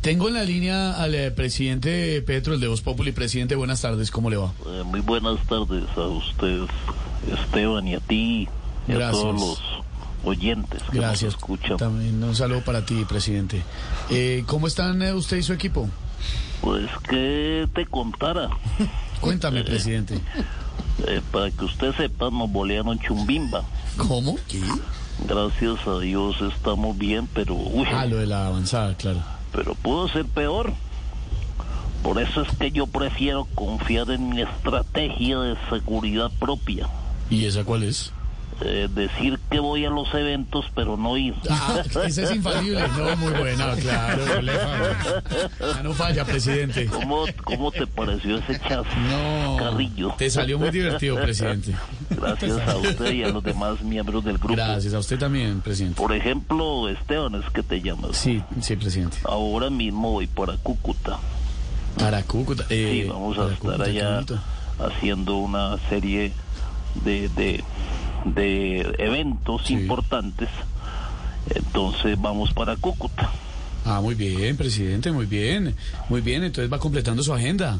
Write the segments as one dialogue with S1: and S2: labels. S1: Tengo en la línea al eh, presidente Petro, el de Voz Populi. Presidente, buenas tardes, ¿cómo le va?
S2: Eh, muy buenas tardes a ustedes, Esteban, y a ti, y a
S1: Gracias.
S2: todos los oyentes que
S1: Gracias.
S2: nos escuchan.
S1: También un saludo para ti, presidente. Eh, ¿Cómo están eh, usted y su equipo?
S2: Pues que te contara,
S1: Cuéntame, presidente.
S2: eh, para que usted sepa, nos bolearon chumbimba.
S1: ¿Cómo?
S2: Gracias a Dios estamos bien, pero uy,
S1: Ah, lo de la avanzada, claro.
S2: pero pudo ser peor. Por eso es que yo prefiero confiar en mi estrategia de seguridad propia.
S1: ¿Y esa cuál es?
S2: Eh, decir que voy a los eventos, pero no ir.
S1: Ah, esa es infalible. No, muy buena, claro. no le falla. Ya no falla, presidente.
S2: ¿Cómo, cómo te pareció ese chas?
S1: No.
S2: Carrillo.
S1: Te salió muy divertido, presidente.
S2: Gracias a usted y a los demás miembros del grupo.
S1: Gracias a usted también, presidente.
S2: Por ejemplo, Esteban, es que te llamas.
S1: Sí, sí, presidente.
S2: Ahora mismo voy para Cúcuta.
S1: Para Cúcuta. eh,
S2: Sí, vamos a
S1: para
S2: estar
S1: Cúcuta, qué
S2: allá
S1: bonito.
S2: haciendo una serie de, de, de eventos
S1: Sí.
S2: importantes. Entonces vamos para Cúcuta.
S1: Ah, muy bien, presidente, muy bien. Muy bien, entonces va completando su agenda.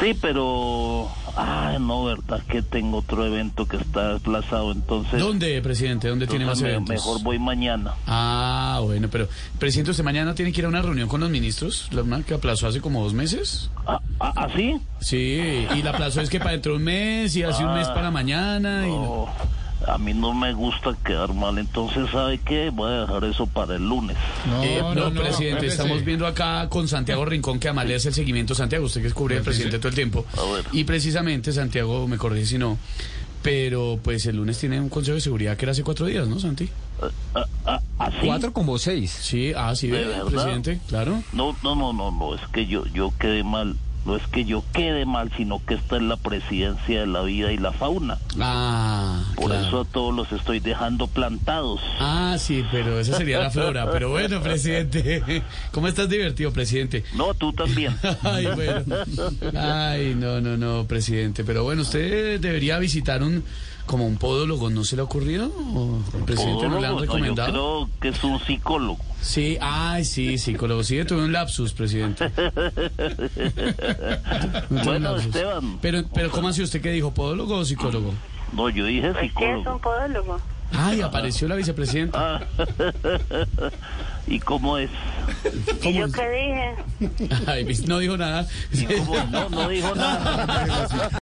S2: Sí, pero... Ah, no, ¿verdad? Que tengo otro evento que está aplazado. Entonces,
S1: ¿Dónde, presidente? ¿Dónde tiene más
S2: entonces me-
S1: eventos?
S2: mejor voy mañana.
S1: Ah, bueno, pero, presidente, ¿usted mañana tiene que ir a una reunión con los ministros? La una que aplazó hace como dos meses.
S2: ¿Ah, ah, ah, sí?
S1: Sí, y la aplazó es que para dentro de un mes y hace un mes para mañana. y Ah, no-
S2: No, a mí no me gusta quedar mal, entonces ¿sabe qué? Voy a dejar eso para el lunes.
S1: Eh, no, presidente,
S3: espérese.
S1: estamos viendo acá con Santiago Rincón que Amalia hace el seguimiento, Santiago, usted que es cubrir al presidente todo el tiempo.
S2: A ver.
S1: Y precisamente, Santiago, me corrige si no, pero pues el lunes tiene un consejo de seguridad que era hace cuatro días, ¿no, Santi?
S2: Ah, ah, ¿ah, sí?
S3: Cuatro como seis.
S1: Sí, ah, sí,
S2: ¿De
S1: eh,
S2: verdad?
S1: presidente, claro.
S2: No, no, no, no, no, es que yo, yo quedé mal. No es que yo quede mal, sino que esta es la presidencia de la vida y la fauna.
S1: Ah,
S2: Por
S1: claro.
S2: eso a todos los estoy dejando plantados.
S1: Ah, sí, pero esa sería la flora. Pero bueno, presidente, ¿cómo estás divertido, presidente?
S2: No, tú también.
S1: Ay, bueno. Ay, no, no, no, presidente. Pero bueno, usted debería visitar un como un podólogo, ¿no se le ha ocurrido? ¿O el presidente no le han
S2: Podólogo, no, yo
S1: recomendado?
S2: creo que es un psicólogo.
S1: Sí, ay, sí, psicólogo. Sí, tuve un lapsus, presidente. Tuve un
S2: Bueno,
S1: lapsus.
S2: Esteban.
S1: Pero, pero ¿cómo así usted que dijo? ¿Podólogo o psicólogo?
S2: No, yo dije
S4: Pues que es un
S2: psicólogo.
S4: podólogo.
S1: Ay, apareció la vicepresidenta.
S2: Ah, ¿Y cómo es?
S4: ¿Y yo qué dije?
S1: Ay, no dijo nada.
S2: ¿Y cómo? No, no dijo nada.